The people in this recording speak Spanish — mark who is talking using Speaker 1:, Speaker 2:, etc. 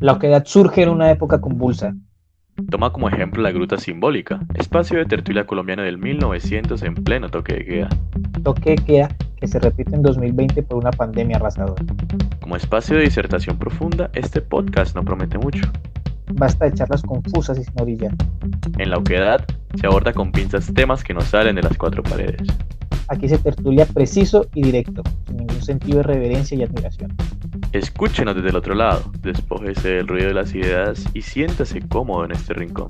Speaker 1: La oquedad surge en una época convulsa.
Speaker 2: Toma como ejemplo la Gruta Simbólica, espacio de tertulia colombiana del 1900 en pleno toque de queda,
Speaker 1: Toque de queda que se repite en 2020 por una pandemia arrasadora.
Speaker 2: Como espacio de disertación profunda, este podcast no promete mucho.
Speaker 1: Basta de charlas confusas y sin orilla.
Speaker 2: En la oquedad se aborda con pinzas temas que no salen de las cuatro paredes.
Speaker 1: Aquí se tertulia preciso y directo, sin ningún sentido de reverencia y admiración.
Speaker 2: Escúchenos desde el otro lado, despójese del ruido de las ideas y siéntase cómodo en este rincón.